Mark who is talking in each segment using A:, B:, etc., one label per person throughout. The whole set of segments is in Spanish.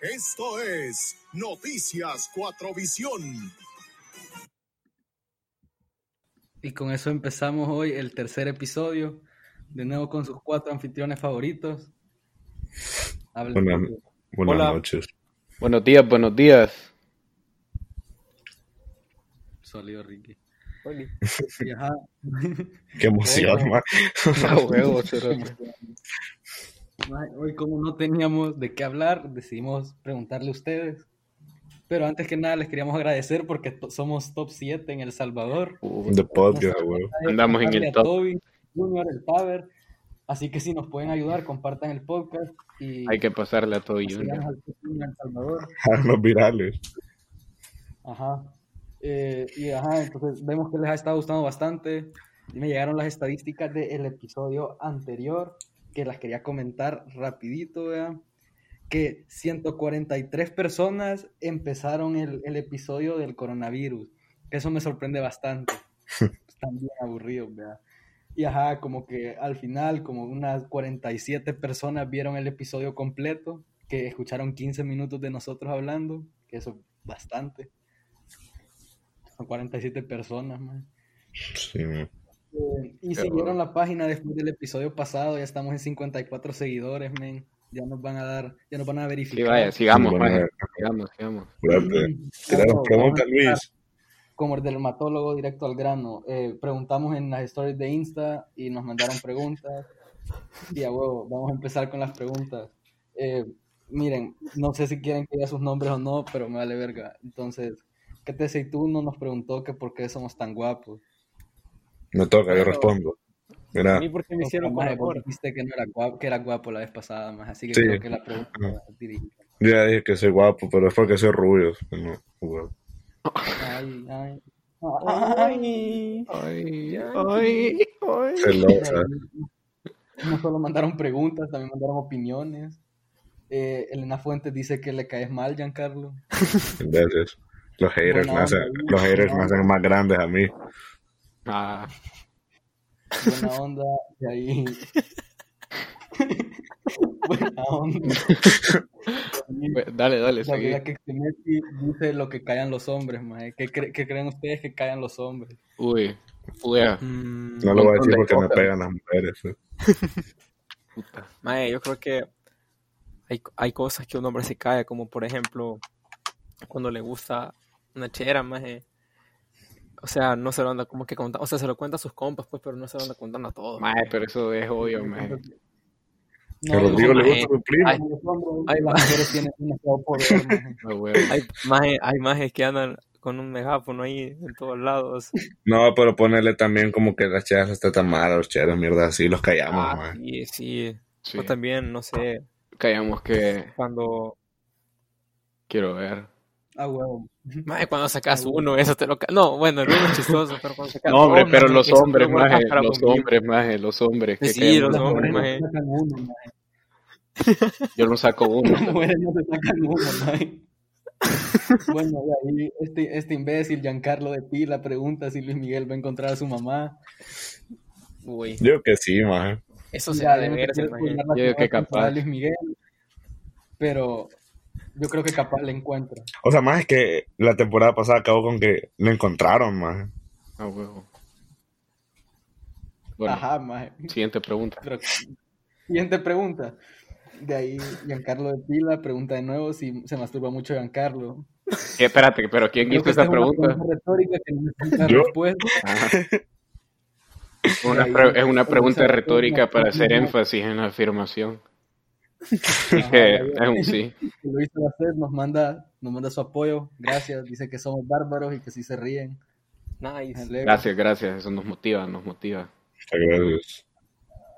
A: Esto es Noticias 4 Visión.
B: Y con eso empezamos hoy el tercer episodio, de nuevo con sus cuatro anfitriones favoritos. Habla-
C: Buena- buenas
D: Hola.
C: noches.
D: Buenos días, buenos días.
B: Sólido, Ricky. Y ajá,
C: Qué emoción,
B: Hola.
C: man.
D: No, huevo, cerote.
B: ma, hoy como no teníamos de qué hablar, decidimos preguntarle a ustedes. Pero antes que nada les queríamos agradecer porque to- somos top 7 en El Salvador.
C: The podcast, weón.
D: Andamos en
B: Darle
D: el
B: a
D: top.
B: Toby, Junior, el Paver. Así que si nos pueden ayudar, compartan el podcast y
D: Hay que pasarle a todo
B: sigamos
D: Junior.
B: al top uno en El Salvador.
C: Los Ah, virales.
B: Ajá. Eh, y ajá, entonces vemos que les ha estado gustando bastante. Y me llegaron las estadísticas del episodio anterior, que las quería comentar rapidito, vea. Que 143 personas empezaron el, el episodio del coronavirus. Eso me sorprende bastante. Están bien aburridos, vea. Y ajá, como que al final, como unas 47 personas vieron el episodio completo, que escucharon 15 minutos de nosotros hablando, que eso es bastante. Son 47 personas, man.
C: Sí, man.
B: Eh, y
D: Qué
B: siguieron
D: bueno.
B: la página después del episodio pasado, ya estamos en 54 seguidores, men. Ya nos van a dar, ya nos van a verificar.
D: Sí, vaya, sigamos,
C: Bueno,
D: vaya. Sigamos, sigamos.
C: espérate. Tiraron
B: Claro,
C: preguntas,
B: vamos a empezar
C: Luis.
B: Como el dermatólogo directo al grano. Eh, preguntamos en las stories de Insta y nos mandaron preguntas. Y a huevo, vamos a empezar con las preguntas. Eh, miren, no sé si quieren que diga sus nombres o no, pero me vale verga. Entonces, ¿qué te y tú no nos preguntó que por qué somos tan guapos?
C: Me toca, yo respondo. Mira,
E: A mí porque me hicieron
B: Maje, vos
E: corredor.
B: dijiste que no era guapo, que era guapo la vez pasada, más así que
C: Sí. Ah.
B: creo que la pregunta va dirigida.
C: yo ya dije que soy guapo, pero es porque soy rubio. No, weón.
B: Ay, ay.
E: Ay,
D: Ay, ay, ay.
C: Celosa.
B: No solo mandaron preguntas, también mandaron opiniones. Eh, Elena Fuentes dice que le caes mal, Giancarlo.
C: Gracias. Los haters,
B: Buena
C: me hacen,
B: onda, Luis.
C: los haters me
B: Buena
C: hacen más grandes a mí.
D: Ah,
B: Buena onda. Y ahí. Buena onda.
D: ve- dale, dale, seguí.
B: Gabriela Keksimeti dice lo que callan los hombres, maje. ¿Qué, cre- qué creen ustedes que callan los hombres?
D: Uy, wea,
E: Mm,
C: No lo voy a
D: Montón
C: decir
D: de
C: porque me
D: cosas.
C: pegan las mujeres. weón.
D: puta.
E: Mae, yo creo que hay, hay cosas que un hombre se cae, como por ejemplo, cuando le gusta una chera, mae. O sea, no se lo anda como que contando. O sea, se lo cuenta a sus compas, pues, pero no se lo anda contando a todos.
D: Mae, pero eso es obvio, mae.
C: Que a
B: No, eh,
C: Rodrigo le
E: mae.
C: gusta mi primo.
B: Ay, los hombres,
E: Ay,
B: las mujeres tienen demasiado poder, maje.
D: No, huevo.
E: Hay majes hay majes que andan con un megáfono ahí en todos lados.
C: No, pero ponerle también como que las cheras están tan malas, los cheras, mierda, así los callamos,
D: Ah,
C: man.
E: Sí, sí.
D: Sí.
E: O también, no sé,
D: Callamos que
E: cuando
D: quiero ver.
B: Ah, huevo.
E: Mae, cuando sacas uno, eso te lo... ca- No, bueno, el uno es chistoso, pero cuando sacas
D: No, hombre,
E: dos,
D: pero
E: mae,
D: los
E: eso te lo
D: hombres,
E: guardas
D: maje,
E: para
D: los
E: vos mismo.
D: hombres, maje, los hombres. que
E: Sí,
D: callamos
E: los
D: las
B: Las
E: hombres,
B: mujeres no
D: mujeres.
B: se
E: maje.
B: sacan uno, maje.
D: Yo no saco uno.
B: Las mujeres no se sacan uno, maje. Bueno, y ahí este, este imbécil, Giancarlo de Pila, pregunta si Luis Miguel va a encontrar a su mamá.
E: Uy,
C: Yo que sí, man.
E: eso
B: Mira,
E: será de
B: yo no te
E: verse,
B: quiero
E: mae.
B: spoilear la
D: Yo digo que
B: temporada
D: capaz.
B: de Luis Miguel, pero yo creo que capaz le encuentra.
C: O sea, más es que la temporada pasada acabó con que lo encontraron, man.
D: Ah, huevo. Bueno,
B: Ajá, maje.
D: siguiente pregunta.
B: Pero- Siguiente pregunta. De ahí, Giancarlo de Pila pregunta de nuevo si se masturba mucho Giancarlo.
D: ¿Qué, Eh, espérate, pero ¿quién
B: Creo
D: hizo
B: que esta
D: esa
B: es una
D: pregunta?
B: retórica que no necesita
C: ¿Yo?
B: respuesta.
D: Ajá. Una
B: ahí,
D: pre- es una pregunta
B: entonces,
D: retórica
B: una-
D: para hacer
B: una-
D: énfasis en la afirmación.
B: Ajá,
D: Que eh.
B: la-
D: es un sí.
B: que lo hizo hacer, nos manda, nos manda su apoyo. Gracias. Dice que somos bárbaros y que sí se ríen.
E: Nice.
B: Lego.
D: Gracias, gracias. Eso nos motiva, nos motiva.
C: Gracias.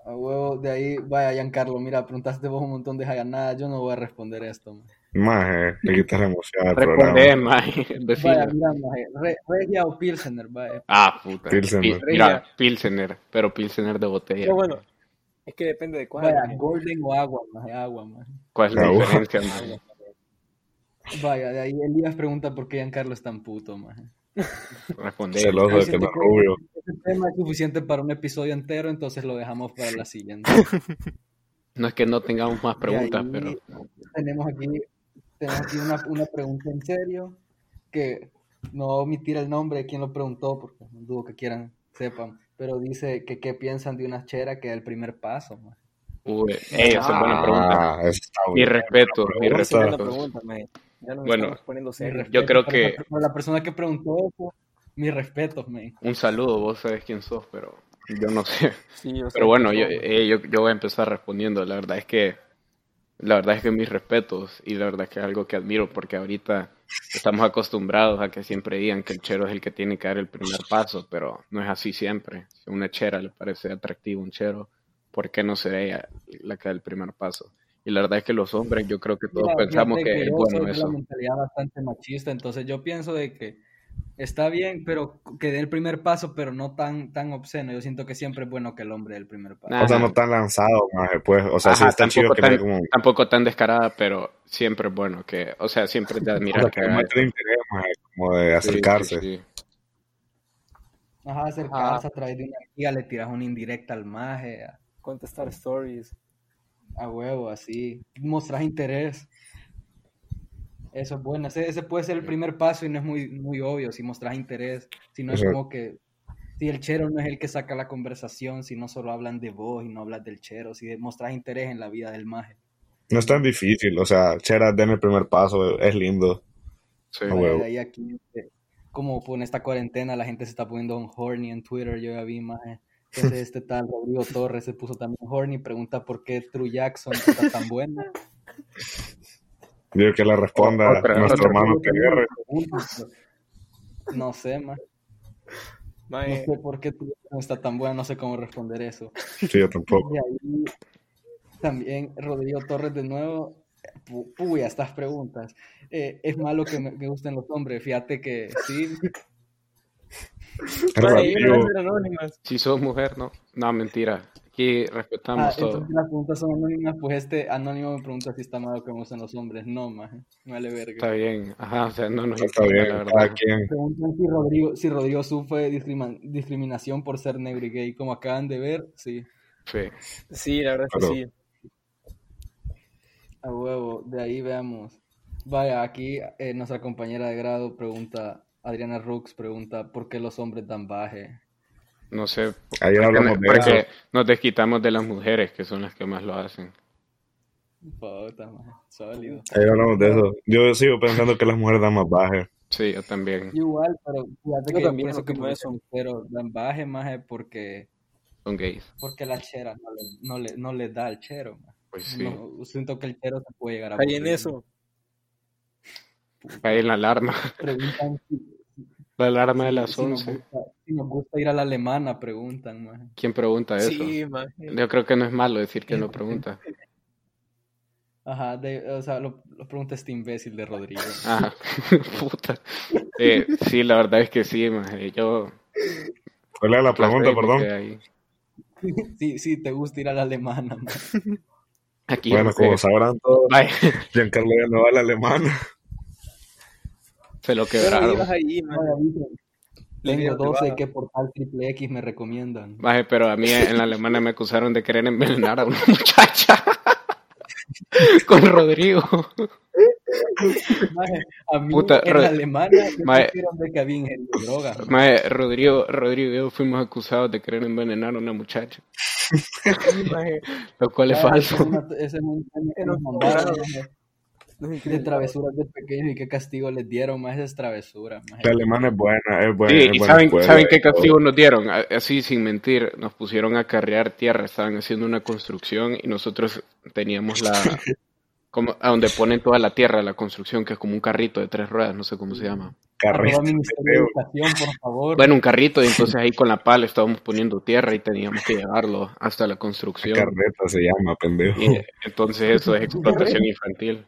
B: A huevo, de ahí, vaya, Giancarlo, mira, preguntaste vos un montón de jaganadas, yo no voy a responder esto. man.
C: Más, eh, le quitas la emoción al
D: Responde, eh,
C: programa.
D: Mae.
B: Vaya,
D: Define.
B: mira, maje, re- Regia o Pilsener, vaya.
D: Ah, puta.
C: Pilsener.
D: Pil- mira, Pilsener, pero Pilsener de botella.
E: Pero bueno, es que depende de cuál.
B: Vaya,
E: mae.
B: Golden o agua, maje, agua, maje.
D: ¿Cuál es la
C: Ah, bueno.
D: diferencia, Mae?
B: Vaya, de ahí Elías pregunta por qué Giancarlo es tan puto, maje.
D: Responde.
C: Celoso de que no es rubio.
B: Este tema es suficiente para un episodio entero, entonces lo dejamos para la siguiente.
D: No es que no tengamos más preguntas,
B: ahí-
D: pero
B: Tenemos aquí tenemos aquí una, una pregunta en serio que no voy a omitir el nombre de quien lo preguntó porque no dudo que quieran sepan, pero dice que qué piensan de una chera que es el primer paso. man.
D: Uy, ey, esa es buena pregunta.
C: Ah, está
D: Mi
C: bueno.
D: respeto, mi
C: Buena
E: Esa es la
D: respeto.
E: pregunta, maje. Ya nos
D: Bueno,
E: estamos poniendo
B: Mi
E: serios.
B: respeto
D: creo
B: para
D: que-
B: la- para la persona que preguntó eso, mis respetos, men.
D: Un saludo, vos sabés quién sos, pero yo no sé.
E: Sí, o sea,
D: Pero bueno,
E: que
D: yo,
E: son-
D: eh, yo, yo voy a empezar respondiendo. La verdad es que, la verdad es que mis respetos y la verdad es que es algo que admiro porque ahorita estamos acostumbrados a que siempre digan que el chero es el que tiene que dar el primer paso, pero no es así siempre. Si a una chera le parece atractivo un chero, ¿por qué no será ella la que da el primer paso? Y la verdad es que los hombres, yo creo que todos
B: Mira,
D: pensamos
B: fíjate
D: que es
B: yo
D: bueno
B: soy de
D: eso.
B: la mentalidad bastante machista, entonces yo pienso de que está bien, pero que dé el primer paso, pero no tan, tan obsceno. Yo siento que siempre es bueno que el hombre dé el primer paso.
D: Nah.
C: O sea, no tan lanzado, maje, pues. O sea, sí
D: Ajá,
C: está chido
D: tampoco
C: que
D: tan-
C: le dé como... O
D: Tampoco tan descarada, pero siempre es bueno que, o sea, siempre es de admirar
C: sea,
D: que
C: que
D: haga
C: muestre interés, maje, como de
D: eso. Sí, sí,
C: acercarse.
D: sí.
B: Ajá, acercarse a través de una amiga, le tiras una indirecta al maje, a,
E: contestar stories.
B: a huevo, así, mostras interés. Eso es bueno, ese, ese puede ser el primer paso y no es muy, muy obvio si mostras interés, si no es
C: Eso-
B: como que si el chero no es el que saca la conversación, si no solo hablan de vos y no hablas del chero, si mostras interés en la vida del maje.
C: No es tan difícil, o sea, chera, den el primer paso, es lindo.
D: Sí.
C: Ah,
B: Vaya,
C: huevo.
B: de ahí aquí, eh, como pone esta cuarentena, la gente se está poniendo un horny en Twitter, yo ya vi más. Entonces este tal Rodrigo Torres se puso también horny, pregunta por qué True Jackson está tan buena.
C: Yo que le responda
D: Otra-
C: nuestro
D: otra
C: hermano Pierre.
B: No sé, man. No
E: Maje,
B: sé por qué True Jackson está tan buena, no sé cómo responder eso.
C: Sí, yo tampoco.
B: Y ahí también Rodrigo Torres de nuevo. eh, pu- Puya, estas preguntas. Eh, es malo que me, me gusten los hombres. Fíjate que sí,
C: Es
E: maje, yo no voy a
C: relativo.
E: ser anónimas.
D: Si sos mujer, no. No, mentira. Aquí
B: Ah,
D: respetamos todo.
B: entonces las preguntas son anónimas, pues este anónimo me pregunta si está malo que me gustan los hombres. No, maje, me vale verga.
D: Está bien. Ajá, o sea, no nos
C: Está
D: importa,
C: bien,
D: la verdad.
C: cada quien.
B: Preguntan si Rodrigo, si Rodrigo sufre discrima- discriminación por ser negro y gay, como acaban de ver, sí,
D: Sí.
E: Sí, la verdad es que
C: Pero-
E: sí.
B: a huevo, de ahí veamos. Vaya, aquí eh, nuestra compañera de grado pregunta, Adriana Rux pregunta, ¿por qué los hombres dan baje?
D: No sé.
C: Ayer hablamos de
D: porque
C: eso.
D: nos desquitamos de las mujeres, que son las que más lo hacen.
B: Puta, maje, sólido.
C: Ayer hablamos de eso. Yo sigo pensando que las mujeres dan más baje.
D: Sí, yo también.
B: Igual, pero fíjate
E: Yo
B: que yo
E: también
B: pienso que
E: opino
B: por
E: eso.
B: eso, pero dan baje, maje, porque...
D: Son gays.
B: Porque la chera no le, no le, no le da al chero. man.
D: Pues sí.
B: No, siento que el chero se puede llegar a
E: Caí en
B: aburrir.
E: eso.
D: Cae en la alarma.
B: Preguntan si,
D: La alarma de las
B: si nos
D: 11.
B: gusta, si nos gusta ir a la alemana, preguntan. man.
D: ¿Quién pregunta eso?
E: Sí, maje.
D: Yo creo que no es malo decir que no pregunta.
B: Ajá, de- o sea, lo, lo pregunta este imbécil de Rodrigo.
D: Ah, puta. Eh, sí, la verdad es que sí, maje. Yo.
C: ¿Cuál era la pregunta,
D: me
C: perdón?
D: quedé ahí.
B: Sí, sí, te gusta ir a la alemana. man.
D: Aquí.
C: Bueno,
D: no sé.
C: como sabrán todos,
D: Vaya,
C: Giancarlo ya no va a la alemana.
D: se lo
E: Yo no
D: quebraron.
E: ibas ahí, maje.
B: Vaya, dicen,
E: Línea
B: Tengo 12
E: privada.
B: que portal triple X me recomiendan.
D: Maje, pero a mí en la alemana me acusaron de querer envenenar a una muchacha con Rodrigo.
B: Maje, a mí
D: Puta,
B: en
D: Rod-
B: la alemana me
D: Maje.
B: dijeron de que había ingerido drogas. man.
D: Maje, Rodrigo, Rodrigo y yo fuimos acusados de querer envenenar a una muchacha,
E: Sí, maje.
D: lo cual es
B: Maje, ese es
D: falso.
B: una- ese es un tema que
E: En
B: nos
E: los
B: mandaron,
E: poblados.
B: maje.
E: No es
B: de
E: increíble.
B: travesuras de pequeños y qué castigo les dieron más esas travesuras. maje.
C: La alemana es buena, es buena.
D: Sí,
C: es
D: y
C: buena
D: saben,
C: escuela
D: ¿saben
C: y
D: qué
C: todo.
D: castigo nos dieron? A- Así, sin mentir, nos pusieron a carrear tierra, estaban haciendo una construcción y nosotros teníamos la... Como, a donde ponen toda la tierra, la construcción, que es como un carrito de tres ruedas, no sé cómo se llama.
C: Carrera.
B: Arroba Ministerio de Educación, por favor.
D: Bueno, un carrito, y entonces ahí con la pala estábamos poniendo tierra y teníamos que llevarlo hasta la construcción.
C: Carreta se llama, pendejo.
D: Y, eh, entonces eso es explotación infantil.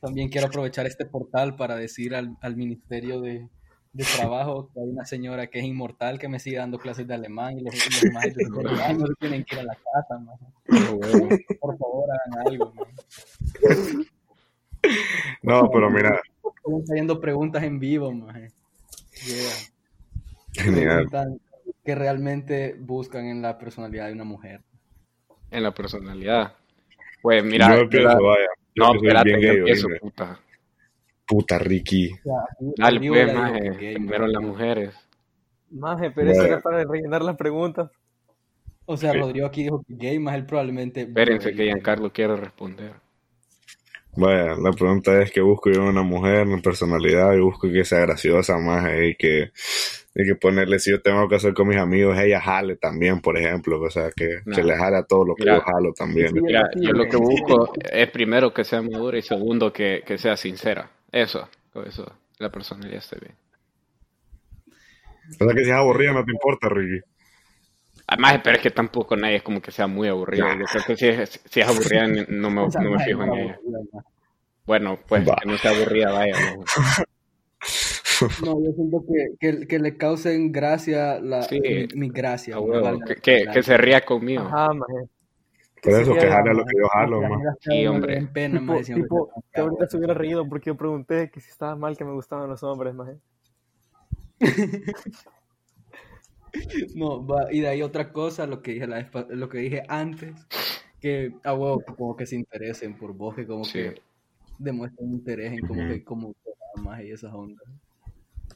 B: También quiero aprovechar este portal para decir al, al Ministerio de, de Trabajo que hay una señora que es inmortal que me sigue dando clases de alemán y los, y los maestros de 16 años tienen que ir a la casa. maje. Por favor, hagan algo. maje.
C: No, pero mira,
B: Están saliendo preguntas en vivo. maje. Yeah.
C: genial.
B: Preguntan ¿Qué realmente buscan en la personalidad de una mujer?
D: En la personalidad. Pues mira,
C: yo pienso,
D: la-
C: vaya, Yo
D: No,
C: soy
D: espérate,
C: bien
D: yo
C: gay,
D: empiezo,
C: oíme.
D: puta.
C: Puta Ricky.
B: O sea, aquí-
D: Dale,
B: aquí
D: pues,
B: hubiera
D: maje,
B: dicho que-
D: primero las mujeres.
E: Maje, pero eso
C: Bueno.
E: era para rellenar las preguntas.
B: O sea,
C: Sí.
B: Rodrigo aquí dijo que gay, más él probablemente.
D: Espérense que Giancarlo quiere responder.
C: Vaya, la pregunta es que busco yo en una mujer, una personalidad, y busco que sea graciosa más eh, y que, y que ponerle, si yo tengo que hacer con mis amigos, ella jale también, por ejemplo, o sea, que,
D: Nah.
C: que le jale a todo lo que
D: Mira.
C: yo jalo también.
B: Sí,
D: Mira,
B: así,
D: yo lo
B: ¿no?
D: que busco es primero que sea madura y segundo que, que sea sincera. Eso, con eso, la personalidad está bien.
C: O sea, que si es aburrida no te importa, Ricky.
D: Además, pero es que tampoco nadie es como que sea muy aburrida. Yo creo que si es, si es aburrida, ni- no me,
B: O sea,
D: no me
B: maje,
D: fijo en
B: no,
D: ella.
B: no, no.
D: Bueno, pues
C: Va.
D: que no sea aburrida, vaya. ¿no?
B: No, yo siento que, que, que le causen gracia la,
D: Sí.
B: mi, mi gracia.
D: A
B: no
D: huevo,
B: valga
D: que,
B: la
D: que-
B: pena.
D: que se ría conmigo.
E: Ajá, maje.
C: Por eso, que
E: sería,
C: jale a lo que yo
B: Las
C: jalo, más.
B: miras
D: Sí,
B: que a uno
D: hombre.
B: le dan pena,
E: Tipo,
B: maje, siempre
E: tipo,
B: se
E: que
B: acaba.
E: ahorita se hubiera reído porque yo pregunté que si estaba mal que me gustaban los hombres, maje.
B: No, va, y de ahí otra cosa, lo que dije, la vez pa- lo que dije antes, que a huevo, que como que se interesen por vos, que como
D: Sí.
B: que demuestren interés en como
C: Ujú.
B: que como más y esas ondas.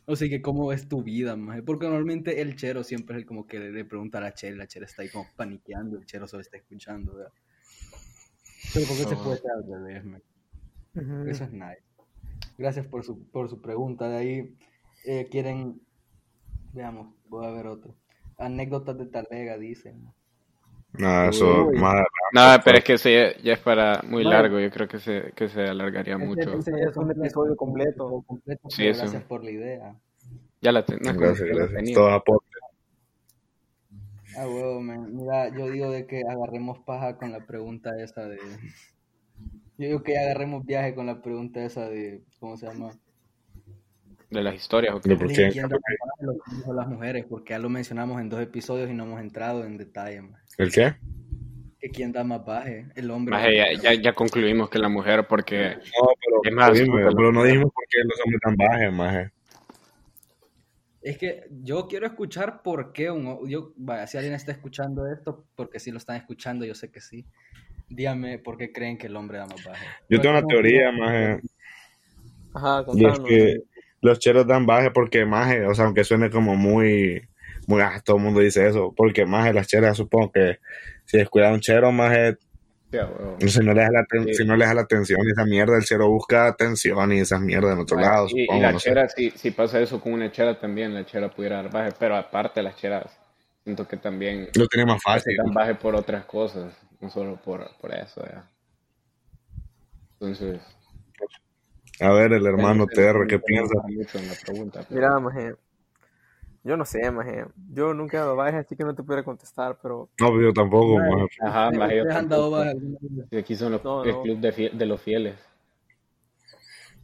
B: O sea, que cómo es tu vida, más porque normalmente el chero siempre es el como que le, le pregunta a la chela, la chela está ahí como paniqueando, el chero solo está escuchando, ¿verdad? Pero porque se
D: Ah.
B: puede ser al revés, maje.
E: Ujú.
B: Eso es nice. Gracias por su, por su pregunta. De ahí eh, quieren, veamos, voy a ver otro. Anécdotas de Talega, dicen.
C: Nada, eso,
B: Uy.
C: más
D: Nada, pero es que eso ya, ya es para muy
B: Vale.
D: largo. Yo creo que se, que se alargaría mucho.
E: es un episodio completo.
B: completo
D: Sí,
B: pero
D: eso.
B: gracias por la idea.
D: Ya la tengo.
C: Gracias, gracias. Todo aporte.
B: Ah, huevo, man. Mira, yo digo de que agarremos paja con la pregunta esa de... Yo digo que agarremos viaje con la pregunta esa de, ¿cómo se llama?
D: De las historias. ¿o qué?
C: No, ¿Por qué?
B: Leyenda urbana, lo que dijo las mujeres, porque ya lo mencionamos en dos episodios y no hemos entrado en detalle, man.
C: ¿El qué?
B: que quién da más baje, el hombre. o la
D: Maje, ya,
B: mujer.
D: ya, ya concluimos que la mujer, porque
C: No, pero,
D: Es más,
C: oíme,
D: puta,
C: pero no dijimos por qué los hombres tan bajes, maje.
B: Es que yo quiero escuchar por qué un ho- yo, vaya, si alguien está escuchando esto, porque si lo están escuchando, yo sé que sí. Díganme por qué creen que el hombre da más baje.
C: Yo tengo una
B: No,
C: teoría, eh. maje.
E: Ajá,
C: Y es
E: contanos.
C: que los cheros dan baje porque maje, o sea, aunque suene como muy, muy, ah, todo el mundo dice eso, porque maje, las cheras supongo que si descuida un chero, maje,
D: Sí, a huevo.
C: si no le das la, aten-
D: Sí.
C: si no le das la atención y esa mierda, el chero busca atención y esas mierdas en otro
D: Maje,
C: lado,
D: y, y
C: supongo,
D: la
C: no sé.
D: chera, si, si pasa eso con una chera también, la chera pudiera dar baje, pero aparte las cheras, siento que también
C: Lo tiene más
D: se
C: fácil.
D: dan baje por otras cosas, no solo por, por eso, ya. Entonces,
C: A ver, el hermano
D: no sé,
C: TR,
D: no
C: ¿qué
D: me
C: piensa?
D: gusta mucho en la pregunta, pues. pero-
E: Mira, maje, yo no sé, maje. Yo nunca he dado baje, así que no te pudiera contestar, pero
C: No, pero yo tampoco,
B: Maje.
C: maje.
D: Ajá,
B: ¿Ustedes-
D: maje, yo
B: ustedes han dado
D: tampoco.
B: baje alguna vez?
D: Y aquí son los,
E: No,
D: el
E: no.
D: club de, fie- de los fieles.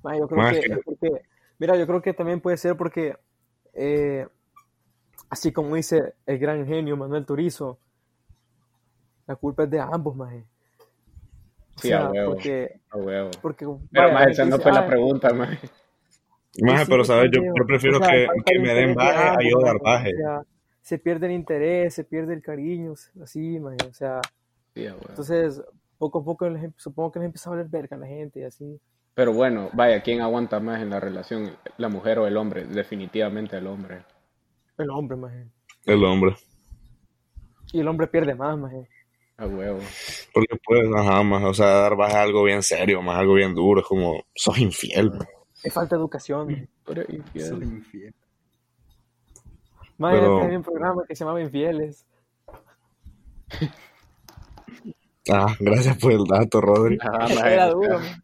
E: maje, yo creo
C: Más
E: que,
C: que-
E: es porque- mira, yo creo que también puede ser porque, eh, así como dice el gran genio Manuel Turizo, la culpa es de ambos, maje. O
D: Sí, a
E: sea,
D: huevo.
E: porque,
D: A huevo.
E: porque,
D: Pero,
E: vaya,
D: maje,
E: alguien
D: esa
E: te
D: no
E: dice, ah.
D: fue la
E: "Ay,
D: pregunta, maje.
C: Maje,
E: sí,
C: pero
E: qué
C: sabes, yo,
E: pendejo.
C: yo prefiero
E: O sea,
C: que,
E: falta
C: que
E: de
C: me den
E: interés de
C: baje a
E: ambos,
C: yo dar
E: maje,
C: baje.
E: O sea, se pierde el interés, se pierde el cariño, así, maje, o sea,
D: Sí, a huevo.
E: entonces poco a poco les em- supongo que les empieza a valer verga a la gente y así.
D: Pero bueno, vaya, ¿quién aguanta más en la relación? ¿La mujer o el hombre? Definitivamente el hombre.
E: El hombre, maje.
C: El hombre.
E: Y el hombre pierde más, maje.
D: A huevo.
C: Porque pues, ajá, más, o sea, dar baja es algo bien serio, más algo bien duro, es como, sos infiel, man.
E: Es falta de educación, maje.
D: Pero infiel.
B: Soy infiel.
E: Maje,
C: Pero-
E: antes había un programa que se llamaba Infieles.
C: Ah, gracias por el dato, Rodri.
D: Ajá, maje,
E: Era
D: o
E: duro,
D: sea,
E: maje.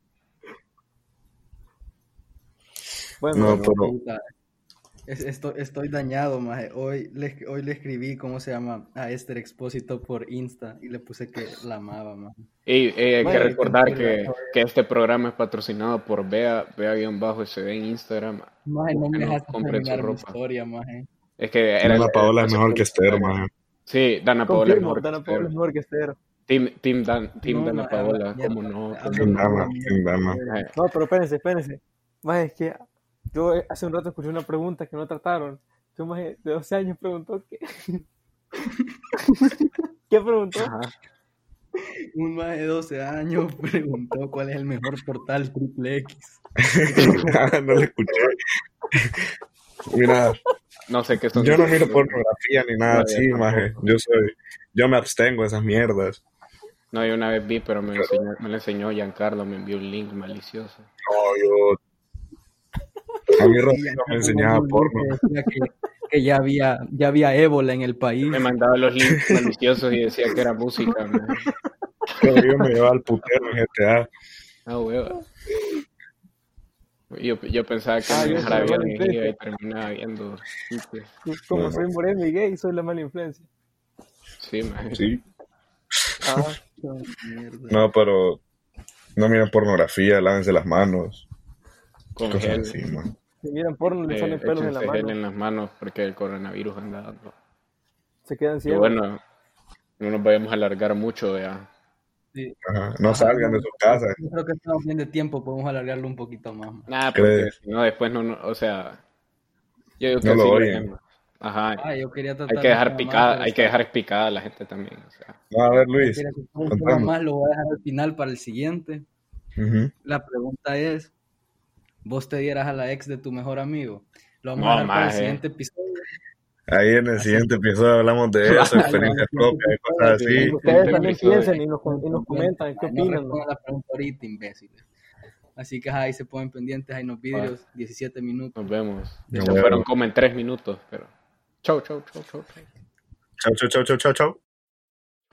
E: Bueno,
C: No,
E: maje,
C: pero,
B: Puta, es- esto- estoy dañado, maje. Hoy le, hoy le escribí, ¿cómo se llama? A Esther Expósito por Insta y le puse que la amaba, maje.
D: Y eh, hay que
B: Maje,
D: recordar
B: qué
D: que, que este programa es patrocinado por Bea, Bea-SD en Instagram.
B: Maje, no me
D: Bueno,
B: dejas
D: compren su
B: terminar mi
D: ropa.
B: historia, maje.
D: Es que era
C: Dana
D: el-
C: Paola
D: el-
C: es mejor que Esther, man.
D: Sí, Dana Paola es
E: confirmo,
D: mejor que
E: Dana Paola es
D: Esther.
E: mejor que Esther.
D: Team, team, Dan- team
B: No,
D: Dana
B: maje,
D: Paola,
B: habla
D: ¿cómo
B: mierda,
D: no?
E: Ah,
B: habla
D: ¿Cómo
C: Sin
D: no?
C: dama, sin dama.
D: Maje,
E: No, pero espérense, espérense. Maje, es que yo eh, hace un rato escuché una pregunta que no trataron. Yo, maje, de
D: Ah,
E: 12 años preguntó que... ¿Qué preguntó?
D: Ajá.
B: Un más de 12 años preguntó cuál es el mejor portal triple X.
C: Ah, no lo escuché. Mira,
D: No sé qué son.
C: yo no miro pornografía ni nada así, maje. Yo soy, yo me abstengo de esas mierdas.
D: No, yo una vez vi, pero me lo enseñó, me lo enseñó Giancarlo, me envió un link malicioso.
C: No, yo. A mí
B: Y
C: Rocío me enseñaba
B: Antonio
C: porno.
B: decía Que, que ya había, ya había ébola en el país.
D: Me mandaba los links maliciosos y decía que era música. man.
C: Pero yo me llevaba al putero en GTA.
D: Ah, hueva. Yo, yo pensaba que
E: Ah,
D: me
E: yo
D: dejara
E: soy
D: ver
E: mala
D: y
E: influencia.
D: terminaba viendo pues. chistes.
E: Pues, Como soy moreno y gay, soy la mala influencia.
D: Sí, man.
C: Sí.
E: Ah,
B: Mierda.
C: No, pero no miren pornografía, lávense las manos,
D: Con
C: cosas
D: gel.
C: así, man.
E: si miran porno, le
D: eh,
E: salen pelos en la
D: échense gel
E: mano.
D: en las manos porque el coronavirus anda dando.
E: Se quedan
D: Y
E: ciegos.
D: bueno, no nos vayamos a alargar mucho, ya.
B: Sí.
C: Ajá. No salgan de sus casas.
B: Yo creo que estamos bien de tiempo, podemos alargarlo un poquito más. man.
D: Nada, porque
C: ¿Crees?
D: si no, después no, no- o sea, yo digo que
C: No lo
D: sí
C: oyen.
D: dejemos. Ajá,
B: Ah, yo quería tratar
D: hay que dejar
B: de-
D: picada, hay que dejar picada a la gente también, o sea.
C: No, a ver, Luis.
B: Mira, un tema
C: contame.
B: más lo voy a dejar al final para el siguiente.
C: Ujú.
B: La pregunta es, ¿vos te dieras a la ex de tu mejor amigo? Lo vamos
D: No,
B: a dejar para el
D: maje.
B: siguiente episodio.
C: Ahí en el siguiente episodio hablamos de eso, experiencias propias y cosas así.
E: Ustedes
D: Sí,
E: también
D: episodio.
E: piensen y nos, con- y nos comentan qué
B: Ay, no
E: opinan.
B: respondan la pregunta ahorita, imbéciles. Así que ajá, ahí se ponen pendientes, ahí en los vidrios, 17 minutos.
D: Nos vemos.
C: Nos
D: Se
C: vemos.
D: fueron como en tres minutos, pero. Chau, chau, chau, chau, chau.
C: Chau, chau, chau, chau, chau, chau.